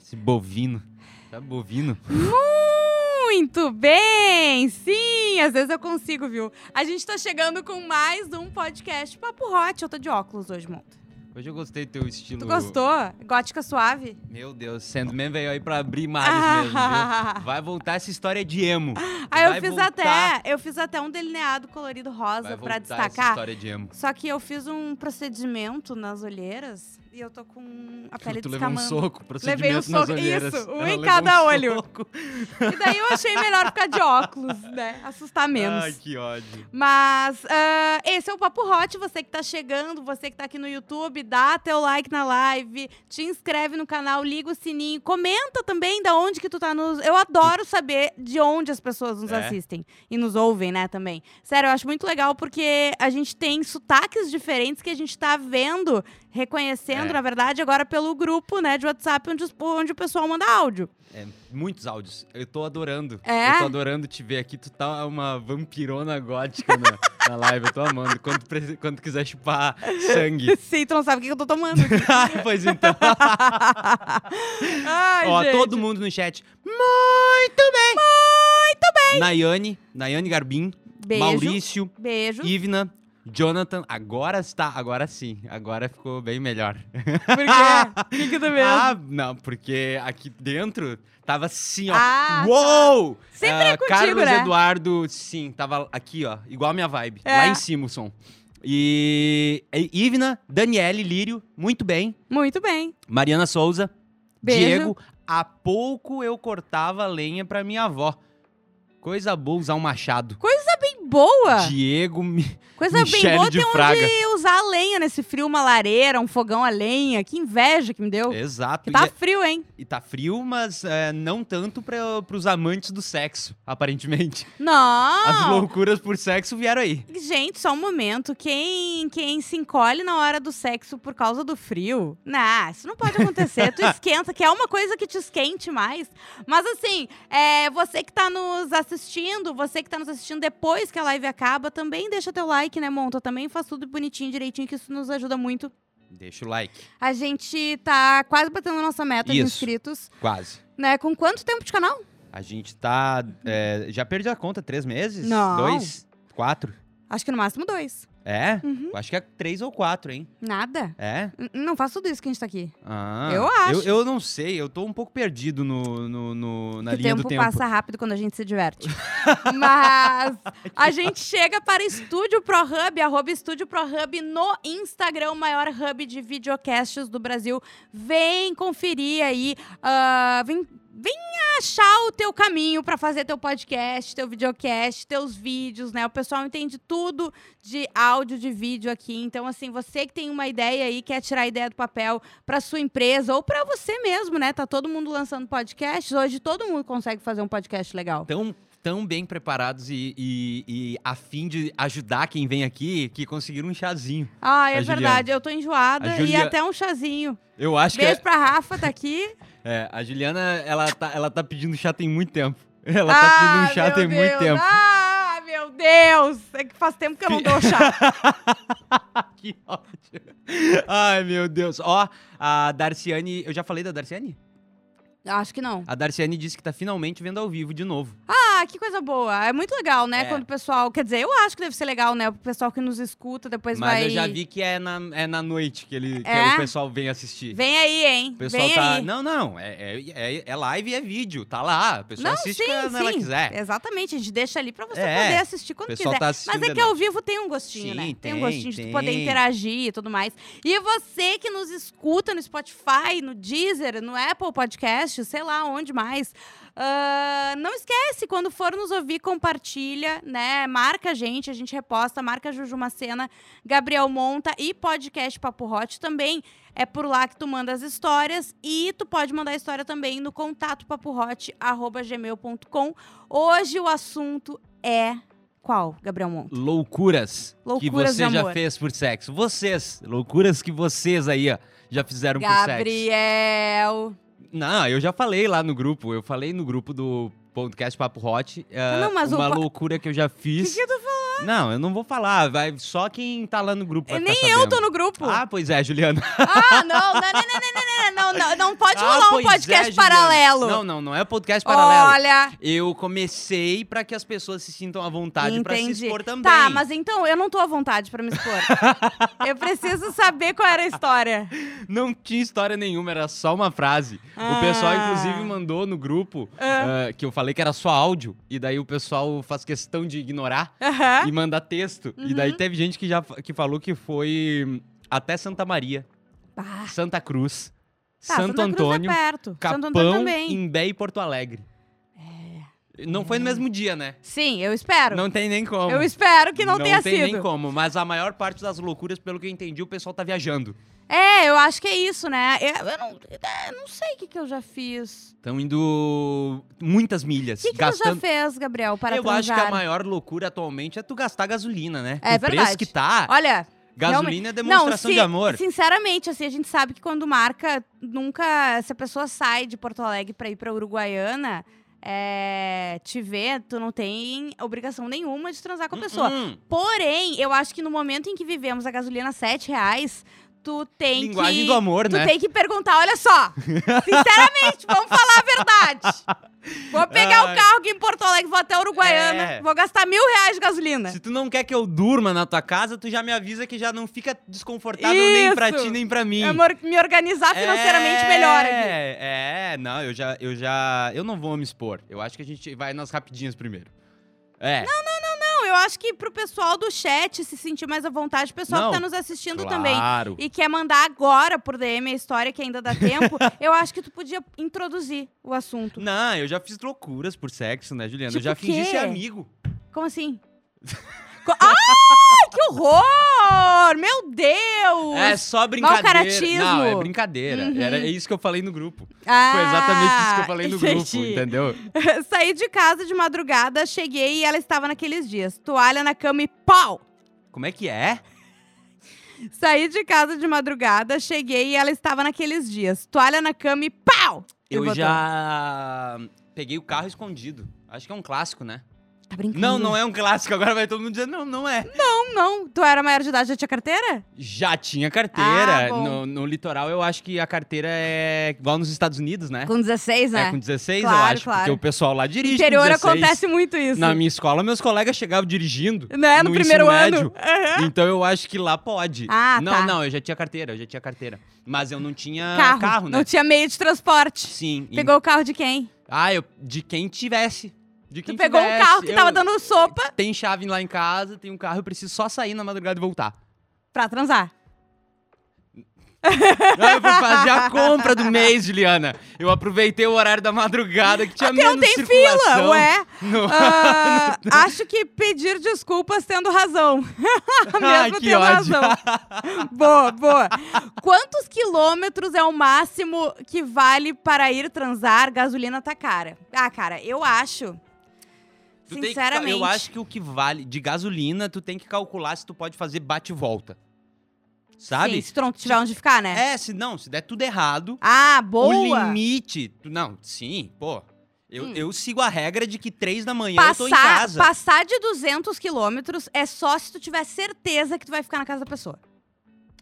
Esse bovino. Tá bovino? Muito bem! Sim, às vezes eu consigo, viu? A gente tá chegando com mais um podcast Papo Hot. Eu tô de óculos hoje, Monta. Hoje eu gostei do teu estilo. Tu gostou? Gótica suave? Meu Deus, Sandman veio aí pra abrir Ah, mares mesmo, viu? Vai voltar essa história de emo. Aí eu Vai fiz voltar. até, eu fiz até um delineado colorido rosa Vai voltar pra destacar. essa história de emo. Só que eu fiz um procedimento nas olheiras e eu tô com a pele tu levou um tá descamando. soco, procedimento nas soco, olheiras. isso, um Ela em levou cada um olho. soco. E daí eu achei melhor ficar de óculos, né? Assustar menos. Ai, que ódio. Mas ah, esse é o Papo Hot, você que tá chegando, você que tá aqui no YouTube, dá teu like na live, te inscreve no canal, liga o sininho, comenta também da onde que tu tá nos... Eu adoro saber de onde as pessoas nos É. assistem e nos ouvem, né, também. Sério, eu acho muito legal porque a gente tem sotaques diferentes que a gente tá vendo, reconhecendo, É. na verdade, agora pelo grupo, né, de WhatsApp, onde, os- onde o pessoal manda áudio. É, muitos áudios. Eu tô adorando. É? Eu tô adorando te ver aqui. Tu tá uma vampirona gótica na, na live. Eu tô amando. Quando, tu preci- quando tu quiser chupar sangue. Sim, tu não sabe o que que eu tô tomando. pois então. Ai, Ó, gente. todo mundo no chat. Muito bem! Muito bem! Nayane, Nayane Garbim, tá. Beijo. Maurício, Beijo. Ivna, Jonathan. Agora está, agora sim. Agora ficou bem melhor. Por quê? O que que tu vendo? Ah, não, porque aqui dentro tava assim, ó. Ah, tá. Uou! Sempre é Ah, contigo, Carlos né? Eduardo, sim, tava aqui, ó. Igual a minha vibe. É. Lá em cima o som. E e Ivna, Daniele, Lírio, muito bem. Muito bem. Mariana Souza, Beijo. Diego, há pouco eu cortava a lenha pra minha avó. Coisa boa usar um machado. Coisa bem boa. Diego, me- Coisa é bem Michele boa de ter um Fraga. onde usar a lenha nesse frio, uma lareira, um fogão a lenha. Que inveja que me deu. exato. Que E tá é- frio, hein? E, tá frio, mas é, não tanto para os amantes do sexo, aparentemente. As Não. loucuras por sexo vieram aí. Gente, só um momento. Quem, quem se encolhe na hora do sexo por causa do frio, nah, isso não pode acontecer. tu esquenta, que é uma coisa que te esquente mais. Mas assim, é, você que tá nos assistindo, você que tá nos assistindo depois que a live acaba, também deixa teu like, né, Monta? Também faz tudo bonitinho, direitinho, que isso nos ajuda muito. Deixa o like. A gente tá quase batendo nossa meta de Isso. inscritos, Quase. né? Com quanto tempo de canal? A gente tá. é, já perdi a conta, três meses? Não. Dois? Quatro? Acho que no máximo dois. É? Uhum. Eu Acho que é três ou quatro, hein? Nada. É? N- Não faço tudo isso que a gente tá aqui. Ah, Eu acho. Eu, não sei, eu tô um pouco perdido no, no- no- na que o linha tempo, do tempo. passa rápido quando a gente se diverte. Mas a gente chega para Estúdio Pro Hub, arroba Estúdio Pro Hub no Instagram, o maior hub de videocasts do Brasil. Vem conferir aí, ah, vem, vem achar o teu caminho para fazer teu podcast, teu videocast, teus vídeos, né? O pessoal entende tudo de áudio, de vídeo aqui. Então, assim, você que tem uma ideia aí, quer tirar a ideia do papel, para sua empresa ou para você mesmo, né? Tá todo mundo lançando podcasts. Hoje todo mundo consegue fazer um podcast legal. tão, tão bem preparados e, e, e a fim de ajudar quem vem aqui que conseguiram um chazinho. Ah, é A Juliana. verdade. Eu tô enjoada A e Julia- até um chazinho. Eu acho Beijo que pra Rafa, tá aqui. é, é, a Juliana, ela tá, ela tá pedindo chá tem muito tempo. Ela ah, tá pedindo um chá meu tem muito Deus. tempo. Ah, meu Deus. É que faz tempo que eu não dou chá. Ah, que ódio. Ai, meu Deus. Ó, a Darciane, eu já falei da Darciane? Acho que não. A Darciane disse que tá finalmente vendo ao vivo de novo. Ah, que coisa boa. É muito legal, né? É. Quando o pessoal. Quer dizer, eu acho que deve ser legal, né? O pessoal que nos escuta depois Mas vai. eu já vi que é na, é na noite que, ele, que É? o pessoal vem assistir. Vem aí, hein? O pessoal Vem tá. aí. Não, não. É, é- é, é live e é vídeo. Tá lá. A pessoa Não, assiste sim, quando ela sim. quiser. Exatamente, a gente deixa ali pra você É, poder assistir O quando pessoal quiser. tá assistindo. Mas é de que ao noite. vivo tem um Sim, gostinho, né? Tem, um tem, gostinho de tu poder tem. interagir e tudo mais. E você que nos escuta no Spotify, no Deezer, no Apple Podcast, sei lá onde mais. ah, não esquece, quando for nos ouvir, compartilha, né? Marca a gente, a gente reposta, marca Juju Macena, Gabriel Monta e podcast Papo Hot também. É por lá que tu manda as histórias e tu pode mandar a história também no contato papohot@gmail.com. Hoje o assunto é qual, Gabriel Monta? Loucuras, que Loucuras você de já amor. fez por sexo. Vocês. Loucuras que vocês aí, ó, já fizeram por sexo. Gabriel. Não, eu já falei lá no grupo. Eu falei no grupo do podcast Papo Hot. Ah, É não, mas o uma pa- loucura que eu já O fiz. que, que tu falou? Não, eu não vou falar. Vai, só quem tá lá no grupo vai Nem ficar eu tô sabendo. no grupo. Ah, Ah, pois é, Juliana. não, não, não, não, não, não, não, não, não, não pode Ah, rolar um pois é, podcast Juliana. paralelo. Não, não, não é podcast paralelo. Olha, Eu comecei pra que as pessoas se sintam à vontade pra se entendi. expor também. Tá, mas então eu não tô à vontade pra me expor. eu preciso saber qual era a história. Não tinha história nenhuma, era só uma frase. Ah. O pessoal, inclusive, mandou no grupo ah, que eu falei que era só áudio. E daí o pessoal faz questão de ignorar Aham. e mandar texto. E daí Uhum. teve gente que já fa- que falou que foi hum, até Santa Maria, Ah, Santa Cruz, tá, Santo Santa Cruz Antônio, é perto. Santo Antônio Capão, também. Imbé e Porto Alegre. Não foi no mesmo dia, né? Sim, eu espero. Não tem nem como. eu espero que não, tenha tem nem sido. como, mas a maior parte das loucuras, pelo que eu entendi, o pessoal tá viajando. É, eu acho que é isso, né? Eu, eu não, é, eu não sei o que, que eu já fiz. Estão indo muitas milhas, O que, que tu já gastando. fez, Gabriel, para eu acho transar? que a maior loucura atualmente é tu gastar gasolina, né? É o verdade. preço que tá, Olha, gasolina é demonstração não, se, de amor. sinceramente, assim, a gente sabe que quando marca, nunca, se a pessoa sai de Porto Alegre pra ir pra Uruguaiana, é, te ver, tu não tem obrigação nenhuma de transar com a pessoa. Hum, Porém, eu acho que no momento em que vivemos a gasolina R$ 7 reais, tu tem linguagem que... do amor, Tu né? tem que perguntar, olha só. Sinceramente, vamos falar a verdade. Vou pegar o Ai. carro aqui em Porto Alegre, vou até Uruguaiana, É. vou gastar mil reais de gasolina. Se tu não quer que eu durma na tua casa, tu já me avisa que já não fica desconfortável nem pra Isso. ti, nem pra mim. Eu mor- me organizar financeiramente melhor aqui. É, é, não, eu já, eu já, eu não vou me expor. Eu acho que a gente vai nas rapidinhas primeiro. É, Não, eu acho que pro pessoal do chat se sentir mais à vontade, o pessoal Não, que tá nos assistindo também. claro. E quer mandar agora por DM a história que ainda dá tempo, eu acho que tu podia introduzir o assunto. Não, eu já fiz loucuras por sexo, né, Juliana? eu Tipo já o quê? fingi ser amigo. Como assim? Co- Ai, que horror! Meu Deus! É só brincadeira. caratismo. Não, é brincadeira. Uhum. Era é isso que eu falei no grupo. Ah, Foi exatamente isso que eu falei no grupo, entendi. entendeu? Saí de casa de madrugada, cheguei e ela estava naqueles dias. Toalha na cama e pau! Como é que é? Saí de casa de madrugada, cheguei e ela estava naqueles dias. Toalha na cama e pau! E Eu botou. já peguei o carro escondido. Acho que é um clássico, né? Tá brincando? Não, não é um clássico. Agora vai todo mundo dizer, não, não é. Não, não. Tu era maior de idade, já tinha carteira? Já tinha carteira. Ah, bom. no, no litoral, eu acho que a carteira é igual nos Estados Unidos, né? Com 16, É com 16, eu Claro, acho. claro. Porque o pessoal lá No dirige. com interior 16. acontece muito isso. Na minha escola, meus colegas chegavam dirigindo. Né? No, no primeiro ensino ano. É. médio. Então eu acho que lá pode. Ah, não, tá. não, eu já tinha carteira, eu já tinha carteira. Mas eu não tinha Carro. carro, Não né? tinha meio de transporte. Sim. e- Pegou o carro de quem? Ah, eu de quem tivesse. De Tu quem pegou um tivesse, carro que eu... tava dando sopa Tem chave lá em casa, tem um carro, eu preciso só sair na madrugada e voltar. pra transar. Não, eu fui fazer a compra do mês, Juliana. Eu aproveitei o horário da madrugada que tinha Porque não menos tem fila, circulação. ué. No- Ah, acho que pedir desculpas tendo razão. Mesmo Ai, que tendo ódio. razão. Boa, boa. Quantos quilômetros é o máximo que vale para ir transar? Gasolina tá cara. Ah, cara, eu acho. Tu tem que ca- sinceramente. eu acho que o que vale de gasolina, tu tem que calcular se tu pode fazer bate e volta. Sabe? Sim, se tu não tiver onde ficar, né? É, se não, se der tudo errado, Ah, boa. o limite. tu- Não, sim, pô. Eu, Hum. eu sigo a regra de que três da manhã eu tô em Passar, casa. passar de 200 quilômetros é só se tu tiver certeza que tu vai ficar na casa da pessoa.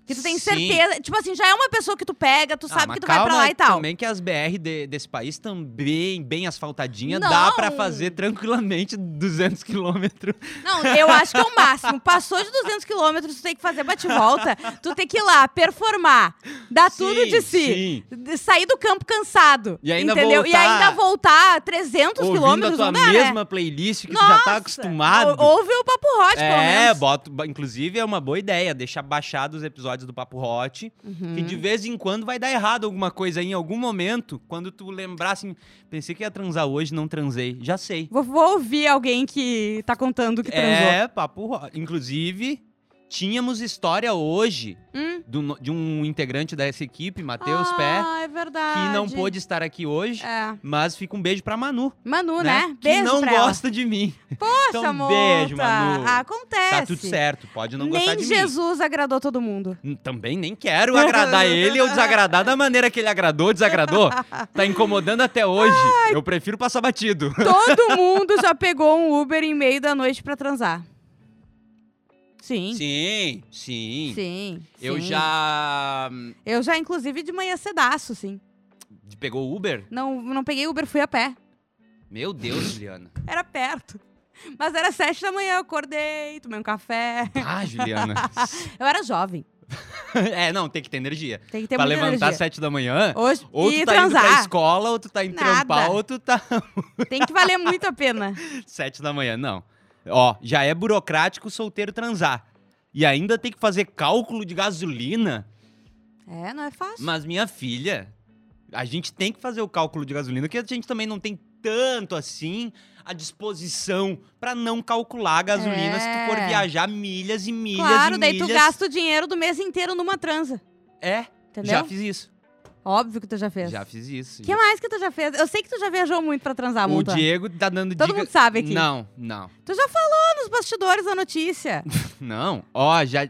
Que tu Sim. tem certeza. Tipo assim, já é uma pessoa que tu pega, tu Ah, sabe mas que tu vai pra calma lá e tal. Também que as BR de- desse país também bem asfaltadinha, Não. dá pra fazer tranquilamente 200 quilômetros. Não, eu acho que é o máximo. Passou de 200 quilômetros, tu tem que fazer bate-volta, tu tem que ir lá, performar, dar Tá tudo Sim, de si. Sim. de- Sair do campo cansado. E ainda entendeu? E voltar- ainda voltar 300 Ouvindo a quilômetros, tua não dá, né? mesma playlist que tu já tá acostumado. Ou- Ouve o papo hot, pelo é, menos. boto, ba- inclusive é uma boa ideia deixar baixados os episódios do Papo Hot, que Uhum. Hum. de vez em quando vai dar errado alguma coisa aí, em algum momento, quando tu lembrar assim, pensei que ia transar hoje, não transei, já sei. Vou, vou ouvir alguém que tá contando que transou. É, Papo Hot. Inclusive, tínhamos história hoje Hum, do no- de um integrante dessa equipe, Matheus ah, Pé, é verdade. que não pôde estar aqui hoje. É. Mas fica um beijo pra Manu, Manu, né? né? Que Beijo não pra ela. gosta de mim. Poxa, Então, amor. beijo, Manu. Acontece. Tá tudo certo, pode não gostar Nem de mim. Jesus agradou todo mundo. N- Também nem quero agradar ele ou desagradar da maneira que ele agradou, desagradou. Tá incomodando até hoje. Eu prefiro passar batido. Todo mundo já pegou um Uber em meio da noite pra transar. Sim. Sim, sim. Sim. Eu sim. já. hum, Eu já, inclusive, de manhã cedaço, sim. Pegou o Uber? Não, não peguei Uber, fui a pé. Meu Deus, Juliana. Era perto. Mas era sete da manhã, eu acordei, tomei um café. Ah, Juliana. Eu era jovem. é, não, tem que ter energia. Tem que ter pra muita levantar às energia. sete da manhã. Hoje, Ou e tu tá indo pra transar. escola, ou tu tá indo Nada. trampar, ou tu tá. Tem que valer muito a pena. Sete da manhã, não. Ó, já é burocrático solteiro transar. E ainda tem que fazer cálculo de gasolina. É, não é fácil. Mas minha filha, a gente tem que fazer o cálculo de gasolina, que a gente também não tem tanto assim a disposição pra não calcular a gasolina se tu for É. viajar milhas e milhas claro, e daí milhas. tu gasta o dinheiro do mês inteiro numa transa. É, Entendeu? já fiz isso. Óbvio que tu já fez. Já fiz isso. O que é mais que tu já fez? Eu sei que tu já viajou muito pra transar, o Montan. Diego tá dando Todo dica. mundo sabe aqui. Não, não. Tu já falou nos bastidores da notícia. Não. Ó, já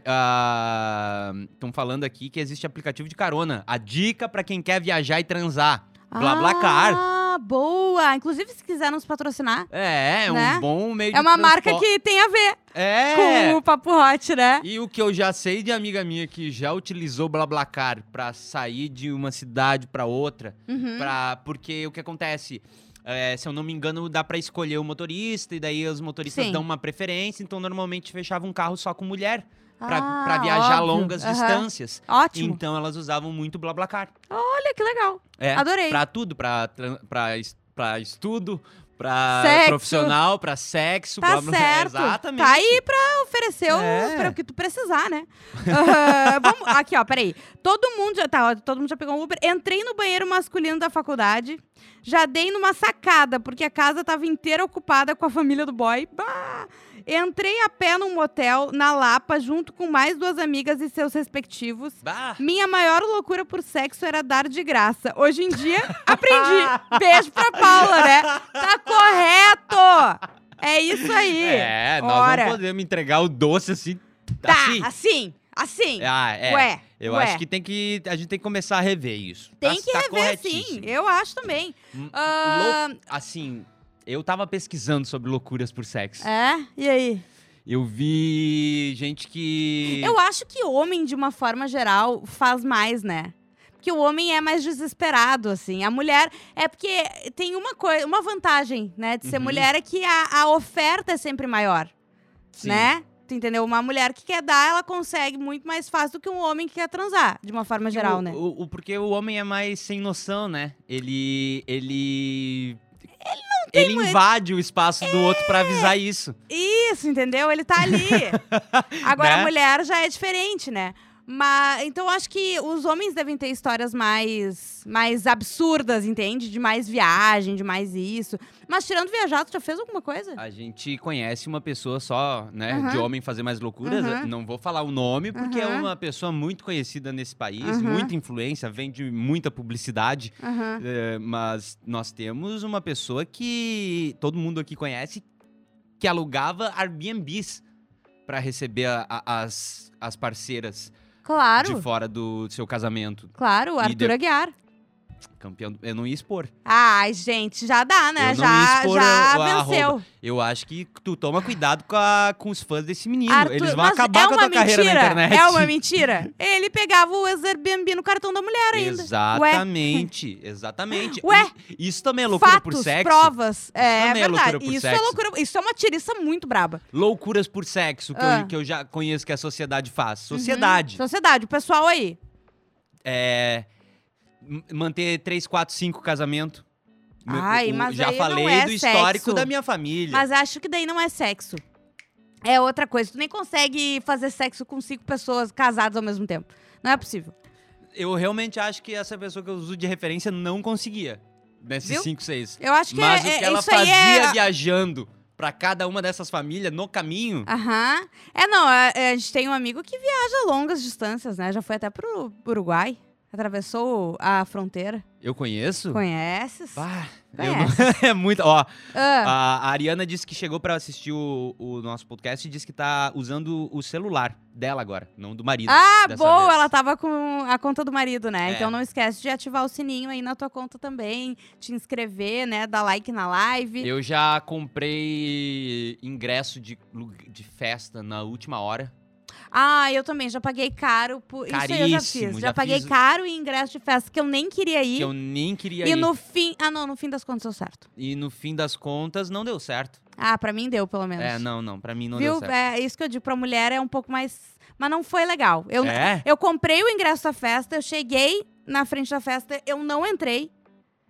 estão falando aqui que existe aplicativo de carona. A dica pra quem quer viajar e transar. BlaBlaCar. Ah, boa. Inclusive, se quiser nos patrocinar. É, é Né? um bom meio de É uma marca transporte. que tem a ver É. com o Papo Hot, né? E o que eu já sei de amiga minha que já utilizou BlaBlaCar pra sair de uma cidade pra outra, Uhum. pra- porque o que acontece, é, se eu não me engano, dá pra escolher o motorista e daí os motoristas Sim. dão uma preferência, então normalmente fechava um carro só com mulher pra, Ah, pra viajar óbvio. longas Aham. distâncias. Ótimo. Então elas usavam muito BlaBlaCar. Olha que legal. É, Adorei. pra tudo, pra, tran- pra, es- pra estudo, pra Sexo. profissional, pra sexo, Tá blá, blá, certo. Exatamente. Tá aí pra oferecer o- É. pra o que tu precisar, né? Ah, vamos, aqui, ó, peraí. Todo mundo já tá, ó, todo mundo já pegou um Uber. Entrei no banheiro masculino da faculdade. Já dei numa sacada, porque a casa tava inteira ocupada com a família do boy. Bah! Entrei a pé num motel na Lapa, junto com mais duas amigas e seus respectivos. Bah. Minha maior loucura por sexo era dar de graça. Hoje em dia, aprendi. Beijo pra Paula, né? Tá correto! É isso aí. É, nós Ora. não podemos entregar o doce assim. Tá, assim. assim, assim. Ah, é. Ué, Eu ué. acho que tem que. A gente tem que começar a rever isso. Tem Tá- que tá rever, sim. corretíssimo. Eu acho também. Hum, Ah, lou- Assim, eu tava pesquisando sobre loucuras por sexo. É? E aí? Eu vi gente que. Eu acho que homem, de uma forma geral, faz mais, né? Porque o homem é mais desesperado, assim. A mulher. É porque tem uma coisa, uma vantagem, né, de ser Uhum. mulher é que a, a oferta é sempre maior, Sim. né? Tu entendeu? Uma mulher que quer dar, ela consegue muito mais fácil do que um homem que quer transar, de uma forma geral, o, né? o- o- porque o homem é mais sem noção, né? Ele. Ele. Ele não tem Ele invade o espaço do outro É. pra avisar isso. Isso, entendeu? Ele tá ali. Agora, a Né? mulher já é diferente, né? Mas, então, eu acho que os homens devem ter histórias mais, mais absurdas, entende? De mais viagem, de mais isso. Mas tirando viajar, tu já fez alguma coisa? A gente conhece uma pessoa só, né, Aham. de homem fazer mais loucuras. Aham. Não vou falar o nome, porque é Aham. uma pessoa muito conhecida nesse país, Aham. muita influência, vende muita publicidade. Aham. eh, mas nós temos uma pessoa que todo mundo aqui conhece, que alugava Airbnbs para receber a- a- as, as parceiras de Claro, fora do seu casamento. claro, Arthur de- Aguiar. Campeão, do- eu não ia expor. Ai, gente, já dá, né? Eu não ia já expor já o- a venceu. Eu acho que tu toma cuidado com, a- com os fãs desse menino. Arthur- Eles vão mas acabar é com a uma tua carreira na mentira, internet. É uma mentira. Ele pegava o Airbnb no cartão da mulher ainda. Exatamente, exatamente. Ué? E- Isso também é loucura Fatos, por sexo? provas. É, também é loucura verdade. por isso é sexo. loucura. Isso é uma tiriça muito braba. Loucuras por sexo, que, Ah. eu, que eu já conheço que a sociedade faz. Sociedade. Uhum. Sociedade, o pessoal aí. É, m- manter três, quatro, cinco casamento. Me- Ai, mas já aí não falei é do histórico sexo. da minha família. Mas acho que daí não é sexo. É outra coisa. Tu nem consegue fazer sexo com cinco pessoas casadas ao mesmo tempo. Não é possível. Eu realmente acho que essa pessoa que eu uso de referência não conseguia. Nesses Viu? cinco, seis. Eu acho que Mas o é, que é- ela isso aí fazia é. viajando pra cada uma dessas famílias no caminho. Aham. É, não, a, a gente tem um amigo que viaja longas distâncias, né? Já foi até pro Uruguai. Atravessou a fronteira. Eu conheço? Conheces? Bah, eu não- é muito. Ó, Ah, a Ariana disse que chegou pra assistir o, o nosso podcast e disse que tá usando o celular dela agora, não do marido. Ah, dessa boa, vez. ela tava com a conta do marido, né? É. Então não esquece de ativar o sininho aí na tua conta também, te inscrever, né? Dar like na live. Eu já comprei ingresso de, lu- de festa na última hora. Ah, eu também já paguei caro por. Isso aí eu já Caríssimo, fiz. Já, já paguei fiz- caro em ingresso de festa que eu nem queria ir. Que eu nem queria E ir. no fim. Ah, não, no fim das contas deu certo. E no fim das contas, não deu certo. Ah, pra mim deu, pelo menos. É, não, não. Pra mim não deu Viu? certo. É isso que eu digo pra mulher é um pouco mais. Mas não foi legal. Eu, É? eu comprei o ingresso da festa, eu cheguei na frente da festa, eu não entrei.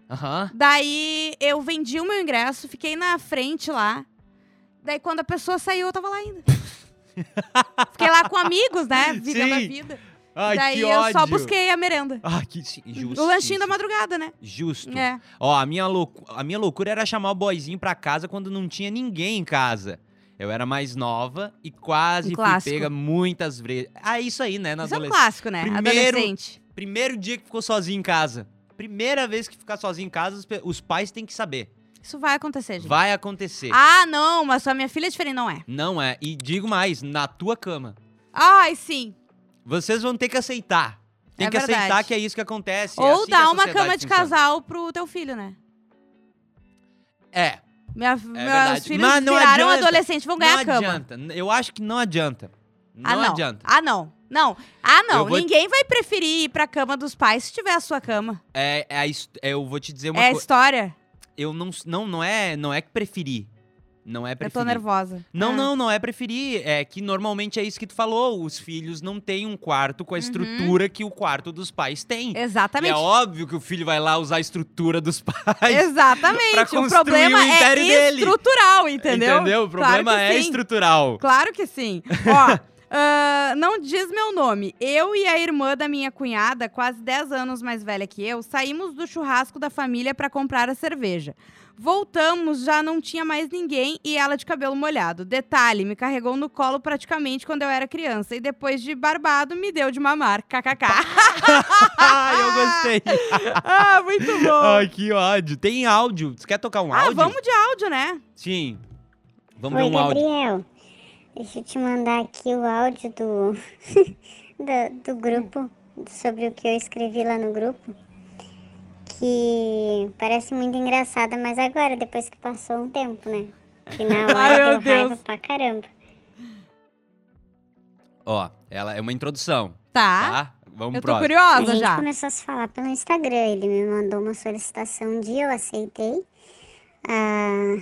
Aham. Daí eu vendi o meu ingresso, fiquei na frente lá. Daí quando a pessoa saiu, eu tava lá ainda. fiquei lá com amigos, né? Vivendo a Sim. vida. Ai, Daí eu só busquei a merenda. Ah, que sim, justo. o lanchinho da madrugada, né? Justo. É. Ó, a minha, loucu- a minha loucura era chamar o boyzinho pra casa quando não tinha ninguém em casa. Eu era mais nova e quase Um fui clássico. pega muitas vezes. Ah, isso aí, né? Na Isso é um adolescência. clássico, né? Primeiro- Adolescente. Primeiro dia que ficou sozinho em casa. Primeira vez que ficar sozinho em casa, os pe- os pais têm que saber. Isso vai acontecer, É, gente. Vai acontecer. Ah, não, mas a minha filha é diferente, não é? Não é. E digo mais, na tua cama. Ai, sim. Vocês vão ter que aceitar. Tem É que aceitar verdade. que é isso que acontece. é Ou assim que a dá uma sociedade cama de funciona. casal pro teu filho, né? É, Minha, meus verdade. filhos Mas não viraram adianta. adolescente, vão ganhar não a cama. adianta. Eu acho que não adianta. Não, ah, não. adianta. Ah, não. Não. Ah, não. Eu vou- Ninguém vai preferir ir pra cama dos pais se tiver a sua cama. É, é a his- é, eu vou te dizer uma é a coisa. história. Eu não, não, não é, não é que preferir. Não é Eu tô preferir. nervosa. Não, Ah. não, não é preferir. É que normalmente é isso que tu falou. Os filhos não têm um quarto com a estrutura que o quarto dos pais tem. E Uhum. Exatamente. é óbvio que o filho vai lá usar a estrutura dos pais. pra Exatamente. O construir problema o é império dele. estrutural, entendeu? O Claro problema que é sim. estrutural. Claro que sim. Ó, ah, não diz meu nome. Eu e a irmã da minha cunhada, quase 10 anos mais velha que eu, saímos do churrasco da família para comprar a cerveja. Voltamos, já não tinha mais ninguém e ela de cabelo molhado. Detalhe, me carregou no colo praticamente quando eu era criança e depois de barbado me deu de mamar. KKK. Ai, eu gostei. ah, muito bom. Ai, que ódio. Tem áudio. Você quer tocar um Ah, áudio? vamos de áudio, né? Sim. Vamos Oi, ver um áudio. Gabriel. Deixa eu te mandar aqui o áudio do, da- do, grupo, sobre o que eu escrevi lá no grupo. Que parece muito engraçada, mas agora, depois que passou um tempo, né? Que na hora Ai, meu deu raiva Deus. pra caramba. Ó, ela é uma introdução, Tá. tá? Vamos Eu pro tô áudio. A curiosa gente já. começou a se falar pelo Instagram. Ele me mandou uma solicitação um dia, eu aceitei. Ah,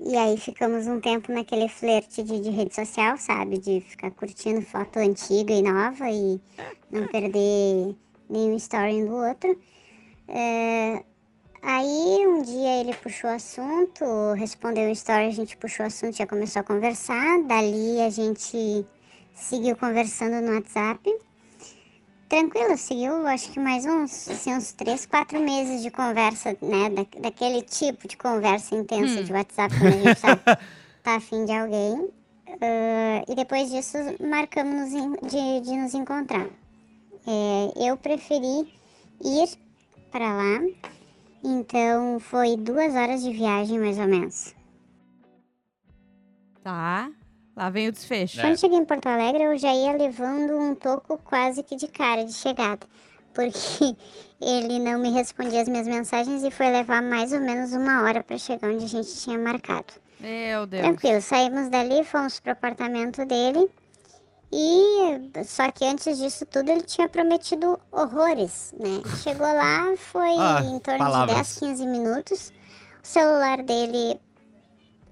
e aí ficamos um tempo naquele flerte de, de rede social, sabe? De ficar curtindo foto antiga e nova e não perder nenhum story do outro. É, aí um dia ele puxou o assunto, respondeu um story, a gente puxou o assunto, já começou a conversar. Dali a gente seguiu conversando no WhatsApp. Tranquilo, seguiu acho que mais uns, assim, uns três, quatro meses de conversa, né? da- daquele tipo de conversa intensa de WhatsApp quando a gente tá, tá afim de alguém. Ah, e depois disso, marcamos nos en- de, de nos encontrar. É, eu preferi ir para lá, então foi duas horas de viagem mais ou menos. Tá. Lá vem o desfecho. É. Quando cheguei em Porto Alegre, eu já ia levando um toco quase que de cara de chegada, porque ele não me respondia as minhas mensagens e foi levar mais ou menos uma hora para chegar onde a gente tinha marcado. Meu Deus. Tranquilo, saímos dali, fomos pro apartamento dele. E só que antes disso tudo ele tinha prometido horrores, né? Chegou lá, foi Ah, em torno palavras. de 10, 15 minutos. O celular dele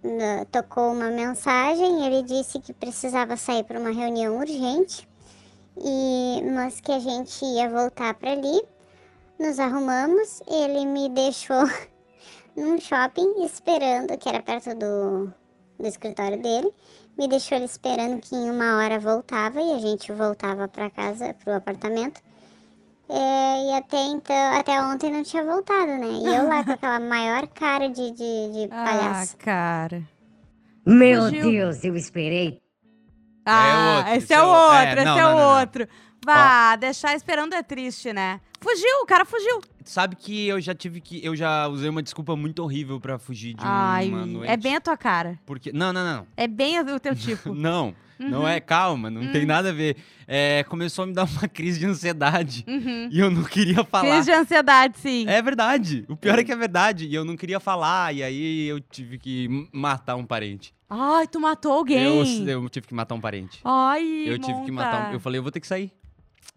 né, tocou uma mensagem, ele disse que precisava sair para uma reunião urgente. E mas que a gente ia voltar para ali. Nos arrumamos, ele me deixou num shopping esperando, que era perto do, do escritório dele. Me deixou ele esperando que em uma hora voltava e a gente voltava para casa, pro apartamento. É, e até então, até ontem não tinha voltado, né? E eu lá com aquela maior cara de, de, de Ah, palhaço. cara. Meu Fugiu. Deus, eu esperei Ah, outro, esse é o outro, é, esse não, é não, não, o não. outro. Vá, deixar esperando é triste, né? Fugiu, o cara fugiu. Tu sabe que eu já tive que. Eu já usei uma desculpa muito horrível pra fugir de Ai, uma noite. é bem a tua cara. Porque. Não, não, não. É bem o teu tipo. Não, não é. Calma, não Uhum. tem nada a ver. É, começou a me dar uma crise de ansiedade. Uhum. E eu não queria falar. Crise de ansiedade, sim. É verdade. O pior é que é verdade. E eu não queria falar. E aí eu tive que m- matar um parente. Ai, tu matou Eu, alguém. eu tive que matar um parente. Ai, eu tive que matar um. monta. Eu falei, eu vou ter que sair.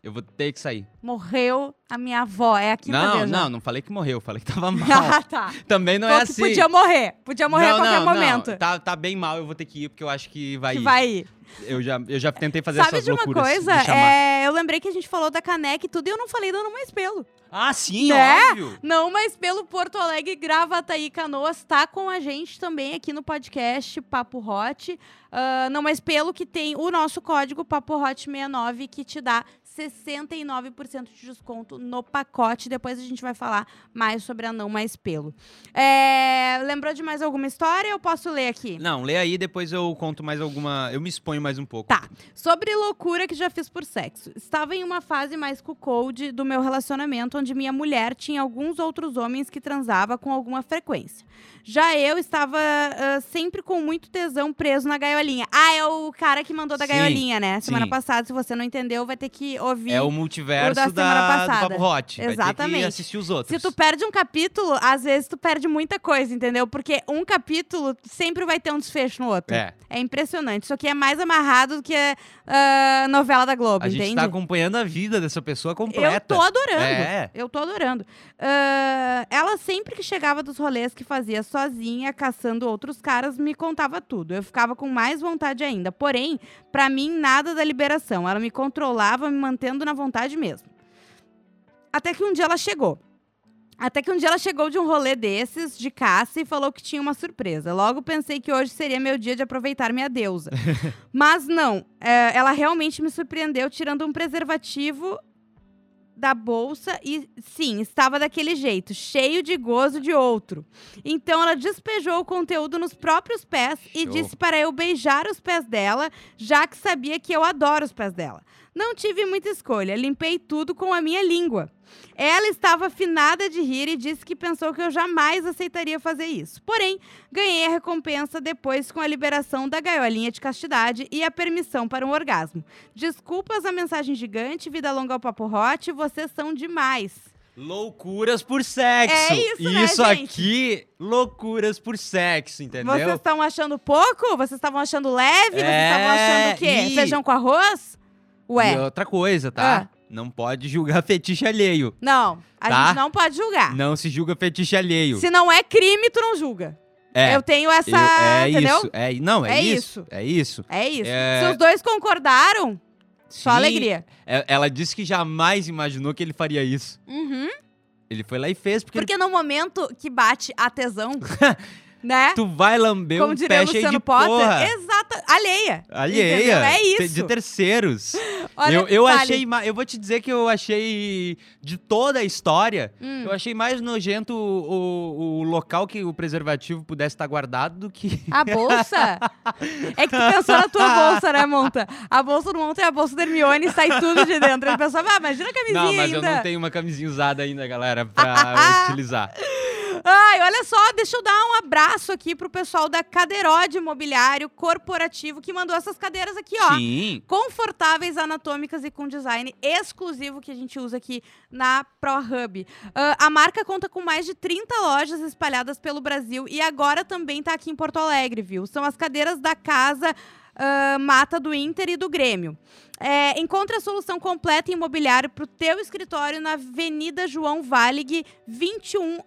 Eu vou ter que sair. Morreu a minha avó, é aqui não, Deus, né? não, não falei que morreu. Falei que tava mal. Ah, tá. Também não Então é tu assim. podia morrer. Podia morrer a Não, qualquer não, não. momento. Tá, tá bem mal, eu vou ter que ir, porque eu acho que vai Que ir. vai ir. Eu, já, eu já tentei fazer Sabe essas de uma loucuras. coisa? de chamar. É, eu lembrei que a gente falou da caneca e tudo e eu não falei um da Não Mais Pelo. Ah, sim, Né? óbvio. Não Mais Pelo Porto Alegre, Gravataí Canoas, tá com a gente também aqui no podcast Papo Hot. Ah, não Mais Pelo que tem o nosso código Papo Hot 69 que te dá 69% de desconto no pacote. Depois a gente vai falar mais sobre a Não Mais Pelo. É, lembrou de mais alguma história? Eu posso ler aqui. Não, lê aí, depois eu conto mais alguma. Eu me exponho mais um pouco. Tá. Sobre loucura que já fiz por sexo. Estava em uma fase mais cuckold do meu relacionamento, onde minha mulher tinha alguns outros homens que transava com alguma frequência. Já eu estava ah, sempre com muito tesão preso na gaiolinha. Ah, é o cara que mandou da Sim, gaiolinha, né? Semana sim. passada, se você não entendeu, vai ter que ouvir. É o multiverso da da, semana passada. do Papo Hot. Vai ter Exatamente. que assistir os outros. Se tu perde um capítulo, às vezes tu perde muita coisa, entendeu? Porque um capítulo sempre vai ter um desfecho no outro. É, É impressionante. Isso aqui é mais amarrado do que ah, novela da Globo, a gente entende? tá acompanhando a vida dessa pessoa completa. Eu tô adorando. É. Eu tô adorando. Ah, ela sempre que chegava dos rolês que fazia sozinha, caçando outros caras, me contava tudo. Eu ficava com mais vontade ainda. Porém, pra mim, nada da liberação. Ela me controlava, me mantendo na vontade mesmo. Até que um dia ela chegou. Até que um dia ela chegou de um rolê desses, de caça, e falou que tinha uma surpresa. Logo pensei que hoje seria meu dia de aproveitar minha deusa. Mas não, é, ela realmente me surpreendeu tirando um preservativo da bolsa e sim, estava daquele jeito, cheio de gozo de outro. Então ela despejou o conteúdo nos próprios pés e Show. disse para eu beijar os pés dela, já que sabia que eu adoro os pés dela. Não tive muita escolha, limpei tudo com a minha língua. Ela estava afinada de rir e disse que pensou que eu jamais aceitaria fazer isso. Porém, ganhei a recompensa depois com a liberação da gaiolinha de castidade e a permissão para um orgasmo. Desculpas a mensagem gigante, vida longa ao papo hot, vocês são demais. Loucuras por sexo. É isso, E né, isso gente? aqui, loucuras por sexo, entendeu? Vocês estão achando pouco? Vocês estavam achando leve? Vocês É, estavam achando o quê? e- Feijão com arroz? Ué, Ah. E outra coisa, tá? Não pode julgar fetiche alheio. não. A Tá. gente não pode julgar. Não se julga fetiche alheio. Se não é crime, tu não julga. É. Eu tenho essa, eu- é entendeu? isso. É, não, é, É isso, isso. É isso. É isso. É. Se os dois concordaram, só Sim, alegria. é- Ela disse que jamais imaginou que ele faria isso. Uhum. Ele foi lá e fez, porque, Porque no momento que bate a tesão, né? tu vai lamber Como um diria pé o cheio de Luciano Potter, porra. exata, alheia. entendeu? Alheia. É te- isso. De terceiros. Olha, eu eu fale. achei. ma- Eu vou te dizer que eu achei. De toda a história, Hum. eu achei mais nojento o, o- o local que o preservativo pudesse estar guardado do que. A bolsa? É que tu pensou na tua bolsa, né, Monta? A bolsa do Monta é a bolsa da Hermione, sai tudo de dentro. Ele pensava, ah, imagina a camisinha Não, mas eu ainda. não tenho uma camisinha usada ainda, galera, pra utilizar. Ai, olha só, deixa eu dar um abraço aqui pro pessoal da Cadeirode Imobiliário Corporativo, que mandou essas cadeiras aqui, ó. Sim. confortáveis, anatômicas e com design exclusivo que a gente usa aqui na ProHub. Ah, a marca conta com mais de 30 lojas espalhadas pelo Brasil e agora também tá aqui em Porto Alegre, viu? São as cadeiras da casa. ah, mata do Inter e do Grêmio. É, encontre a solução completa em imobiliário para o teu escritório na Avenida João Valig,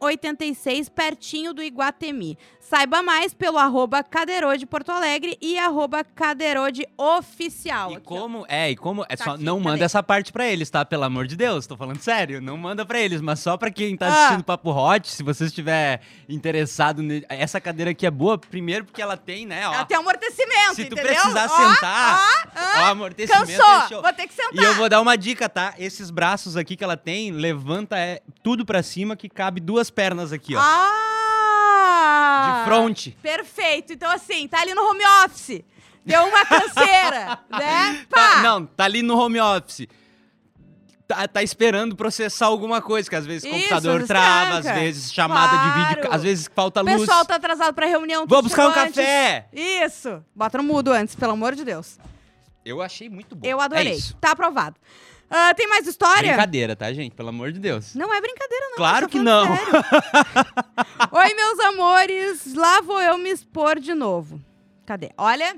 2186, pertinho do Iguatemi. Saiba mais pelo arroba Cadeirode Porto Alegre e arroba Cadeirode Oficial. E Aqui, ó. como, é, e como, é Tá só, aqui, não manda cadê? essa parte pra eles, tá? Pelo amor de Deus, tô falando sério, não manda pra eles, mas só pra quem tá Ah. assistindo Papo Hot, se você estiver interessado, ne- essa cadeira aqui é boa, primeiro porque ela tem, né, ó, Ela tem amortecimento, se tu entendeu? precisar Ó, sentar, ó, amortecimento é Cansou, show. vou ter que sentar. E eu vou dar uma dica, tá? Esses braços aqui que ela tem, levanta é, tudo pra cima que cabe duas pernas aqui, ó. Ah! no front. Perfeito. Então, assim, tá ali no home office. Deu uma canseira, né? Pá! Tá- não, tá ali no home office. Tá, tá esperando processar alguma coisa, que às vezes o Isso, computador às vezes trava, tranca. às vezes chamada de vídeo, Claro. às vezes falta o luz. pessoal tá atrasado pra reunião. tudo Vou buscar um chegou antes. café! Isso. Bota no mudo antes, pelo amor de Deus. Eu achei muito bom. Eu É adorei. isso. tá aprovado. Ah, tem mais história? Brincadeira, tá, gente? Pelo amor de Deus. Não é brincadeira, não. claro eu tô que falando não. sério. Oi, meus amores. Lá vou eu me expor de novo. Cadê? Olha.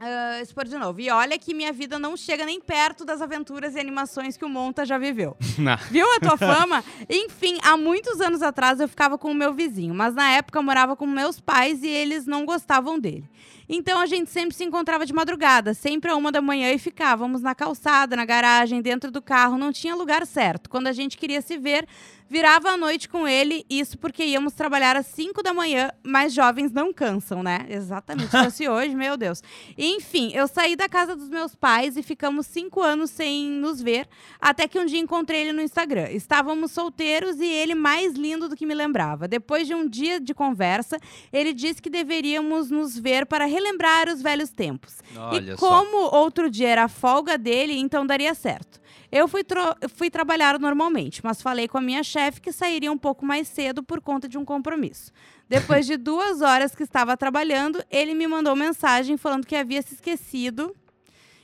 ah, expor de novo. E olha que minha vida não chega nem perto das aventuras e animações que o Monta já viveu. Não. Viu a tua fama? Enfim, há muitos anos atrás eu ficava com o meu vizinho, mas na época eu morava com meus pais e eles não gostavam dele. Então a gente sempre se encontrava de madrugada, sempre a uma da manhã e ficávamos na calçada, na garagem, dentro do carro, não tinha lugar certo. Quando a gente queria se ver, virava a noite com ele, isso porque íamos trabalhar às 5 da manhã, mas jovens não cansam, né? Exatamente, se fosse hoje, meu Deus. Enfim, eu saí da casa dos meus pais e ficamos cinco anos sem nos ver, até que um dia encontrei ele no Instagram. Estávamos solteiros e ele mais lindo do que me lembrava. Depois de um dia de conversa, ele disse que deveríamos nos ver para relembrar os velhos tempos. Olha só. e como outro dia era a folga dele, então daria certo. Eu fui, tro- eu fui trabalhar normalmente, mas falei com a minha chefe que sairia um pouco mais cedo por conta de um compromisso. Depois de duas horas que estava trabalhando, ele me mandou mensagem falando que havia se esquecido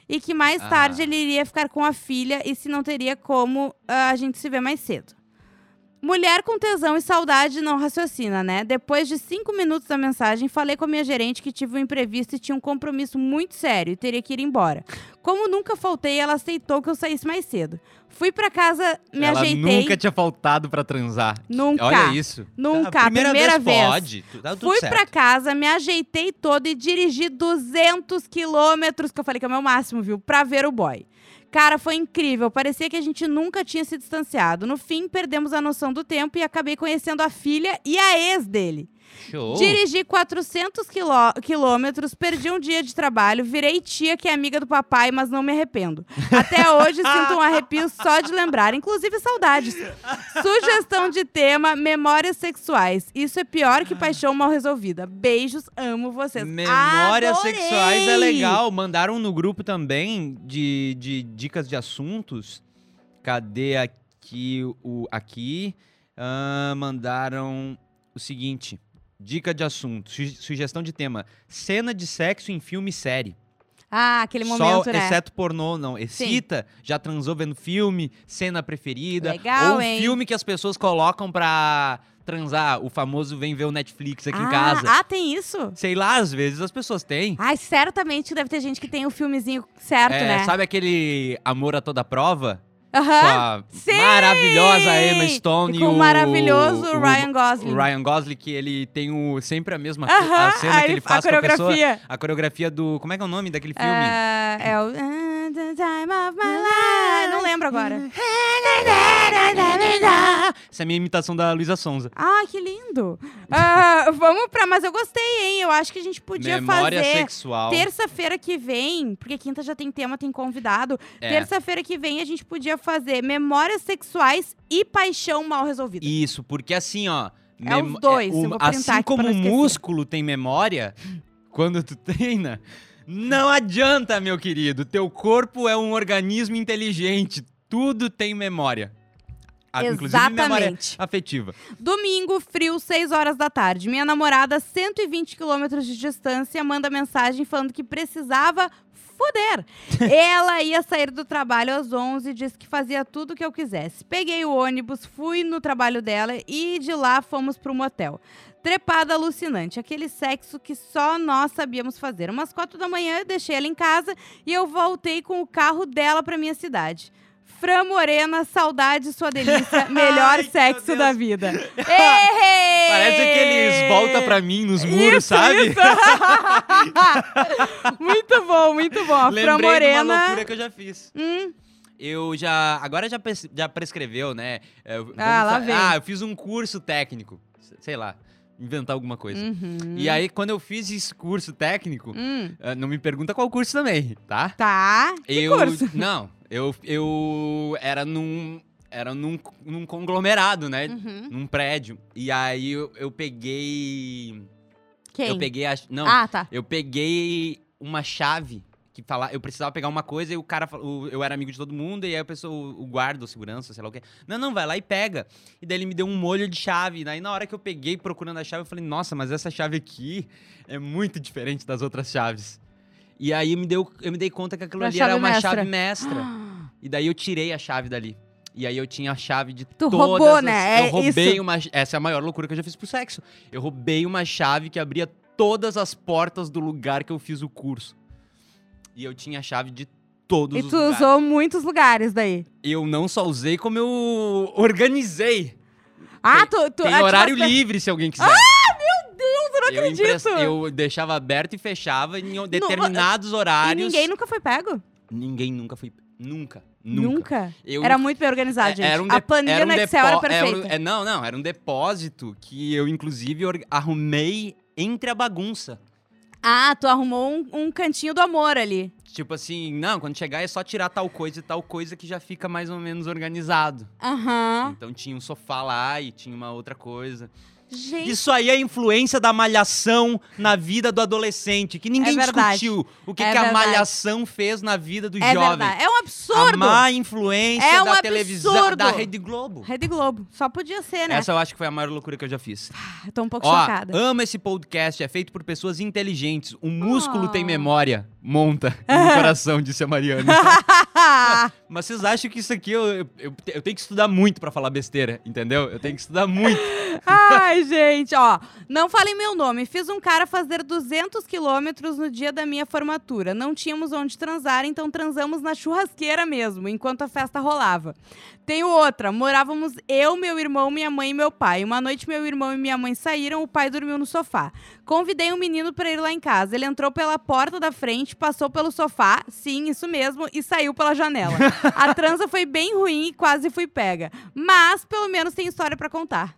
e que mais Ah. tarde ele iria ficar com a filha e se não teria como ah, a gente se ver mais cedo. Mulher com tesão e saudade não raciocina, né? Depois de cinco minutos da mensagem, falei com a minha gerente que tive um imprevisto e tinha um compromisso muito sério e teria que ir embora. Como nunca faltei, ela aceitou que eu saísse mais cedo. Fui pra casa, me Ela ajeitei. nunca tinha faltado pra transar. Nunca. Olha isso. Nunca. A primeira, Primeira vez, vez. pode. tu- Tá tudo Fui certo. pra casa, me ajeitei toda e dirigi 200 quilômetros, que eu falei que é o meu máximo, viu? Pra ver o boy. Cara, foi incrível. Parecia que a gente nunca tinha se distanciado. No fim, perdemos a noção do tempo e acabei conhecendo a filha e a ex dele. Show. Dirigi 400 quiló- quilômetros, perdi um dia de trabalho, virei tia que é amiga do papai, mas não me arrependo. Até hoje sinto um arrepio só de lembrar, inclusive saudades. Sugestão de tema: memórias sexuais. Isso é pior Ah. que paixão mal resolvida. Beijos, amo vocês. Memórias Adorei! sexuais é legal. Mandaram no grupo também de, de dicas de assuntos. Cadê aqui o aqui? Ah, mandaram o seguinte: dica de assunto, su- sugestão de tema: cena de sexo em filme e série. Ah, aquele Só, momento, né? exceto pornô, não. Excita, já transou vendo filme, cena preferida. Legal, ou hein? filme que as pessoas colocam pra transar. O famoso vem ver o Netflix aqui ah, em casa. Ah, tem isso? Sei lá, às vezes as pessoas têm. Ai, certamente deve ter gente que tem o filmezinho certo, É, né? Sabe aquele Amor a Toda Prova? Aham. com a sim! maravilhosa Emma Stone E e, com o maravilhoso o- Ryan Gosling. O Ryan Gosling, que ele tem o, sempre a mesma co- Aham, a cena aí que ele ele- faz a com a pessoa. coreografia. A coreografia do... Como é que é o nome daquele filme? É, é o. The time of my life. Não lembro agora. Essa é a minha imitação da Luísa Sonza. Ah, que lindo! Ah, vamos pra. Mas eu gostei, hein? Eu acho que a gente podia Memória fazer. sexual. Terça-feira que vem, porque quinta já tem tema, tem convidado. É. Terça-feira que vem a gente podia fazer memórias sexuais e paixão mal resolvida. Isso, porque assim, ó... É os mem- dois, eu um- vou printar assim aqui pra como não o esquecer. músculo tem memória, quando tu treina, não adianta, meu querido. Teu corpo é um organismo inteligente. Tudo tem memória. A- Inclusive memória Exatamente. afetiva. Domingo, frio, 6 horas da tarde. Minha namorada, 120 quilômetros de distância, manda mensagem falando que precisava foder. Ela ia sair do trabalho às 11 e disse que fazia tudo o que eu quisesse. Peguei o ônibus, fui no trabalho dela e de lá fomos pro motel. Trepada alucinante, aquele sexo que só nós sabíamos fazer. Umas quatro da manhã eu deixei ela em casa e eu voltei com o carro dela pra minha cidade. Fran Morena, saudade sua delícia, melhor Ai, meu sexo da Deus. vida. Ei! Parece que eles voltam pra mim nos muros, É Isso, sabe? isso. muito bom, muito bom. A Fran Lembrei de uma Morena. loucura que eu já fiz. Hum, Eu já. Agora já, pres- já prescreveu, né? É, vamos lá fa- vem. Ah, eu fiz um curso técnico. S- Sei lá. Inventar alguma coisa. uhum. E aí, quando eu fiz esse curso técnico, Hum, ah, não me pergunta qual curso também, tá? tá. Que eu. curso? Não, eu, eu era num. Era num, num conglomerado, né? Uhum. Num prédio. E aí eu, eu peguei Quem? Eu peguei a. Não, Ah, tá. eu peguei uma chave que fala, eu precisava pegar uma coisa e o cara, fala- o- eu era amigo de todo mundo e aí a pessoa, o guarda, o segurança, sei lá o que, não, não, vai lá e pega. E daí ele me deu um molho de chave. Daí na hora que eu peguei procurando a chave, eu falei, nossa, mas essa chave aqui é muito diferente das outras chaves. E aí me deu, eu me dei conta que aquilo Uma ali era chave uma mestra. chave mestra. E daí eu tirei a chave dali. E aí eu tinha a chave de Tu todas roubou, as- né? É Eu roubei isso. uma... Essa é a maior loucura que eu já fiz pro sexo. Eu roubei uma chave que abria todas as portas do lugar que eu fiz o curso. E eu tinha a chave de todos E os tu lugares. usou muitos lugares daí. Eu não só usei, como eu organizei. Ah, tu. tu Tem ah, tu horário faz- livre, se alguém quiser. Ah, meu Deus, eu não acredito. Eu deixava aberto e fechava em determinados E horários. ninguém nunca foi pego? Ninguém nunca foi... Nunca. Nunca. Eu Era muito bem organizado, É, gente. era um a dep- planilha era um no Excel era depó- um- perfeita. é, não, não, era um depósito que eu, inclusive, or- arrumei entre a bagunça. Ah, tu arrumou um, um cantinho do amor ali. Tipo assim, não, quando chegar é só tirar tal coisa e tal coisa que já fica mais ou menos organizado. Aham. Então tinha um sofá lá e tinha uma outra coisa. Gente. Isso aí é a influência da malhação na vida do adolescente, que ninguém É verdade. discutiu o que, É que a verdade. malhação fez na vida do é jovem. verdade. É um A absurdo. má influência É um da televisão, da absurdo. Rede Globo. Rede Globo. Só podia ser, né? Essa eu acho que foi a maior loucura que eu já fiz. Eu Tô um pouco Ó, chocada. ama esse podcast, é feito por pessoas inteligentes. O músculo Oh. tem memória. Monta no coração, disse a Mariana. Mas vocês acham que isso aqui eu, eu, eu- eu tenho que estudar muito pra falar besteira, entendeu? Eu tenho que estudar muito. Ai, gente, ó. Não falem meu nome. Fiz um cara fazer 200 quilômetros no dia da minha formatura. Não tínhamos onde transar, então transamos na churrasqueira mesmo, enquanto a festa rolava. Tenho outra. Morávamos eu, meu irmão, minha mãe e meu pai. Uma noite, meu irmão e minha mãe saíram, o pai dormiu no sofá. Convidei um menino pra ir lá em casa. Ele entrou pela porta da frente, passou pelo sofá, sim, isso mesmo, e saiu pela janela. A transa foi bem ruim e quase fui pega. Mas, pelo menos, tem história pra contar.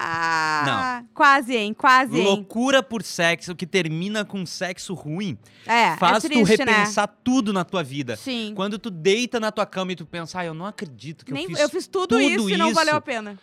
Ah, Quase, hein? Quase, hein? Loucura por sexo que termina com sexo ruim É, faz é tu triste, né? repensar tudo na tua vida. Sim. Quando tu deita na tua cama e tu pensa, ah, eu não acredito que Nem- eu fiz. eu fiz tudo, tudo isso e não isso. valeu a pena.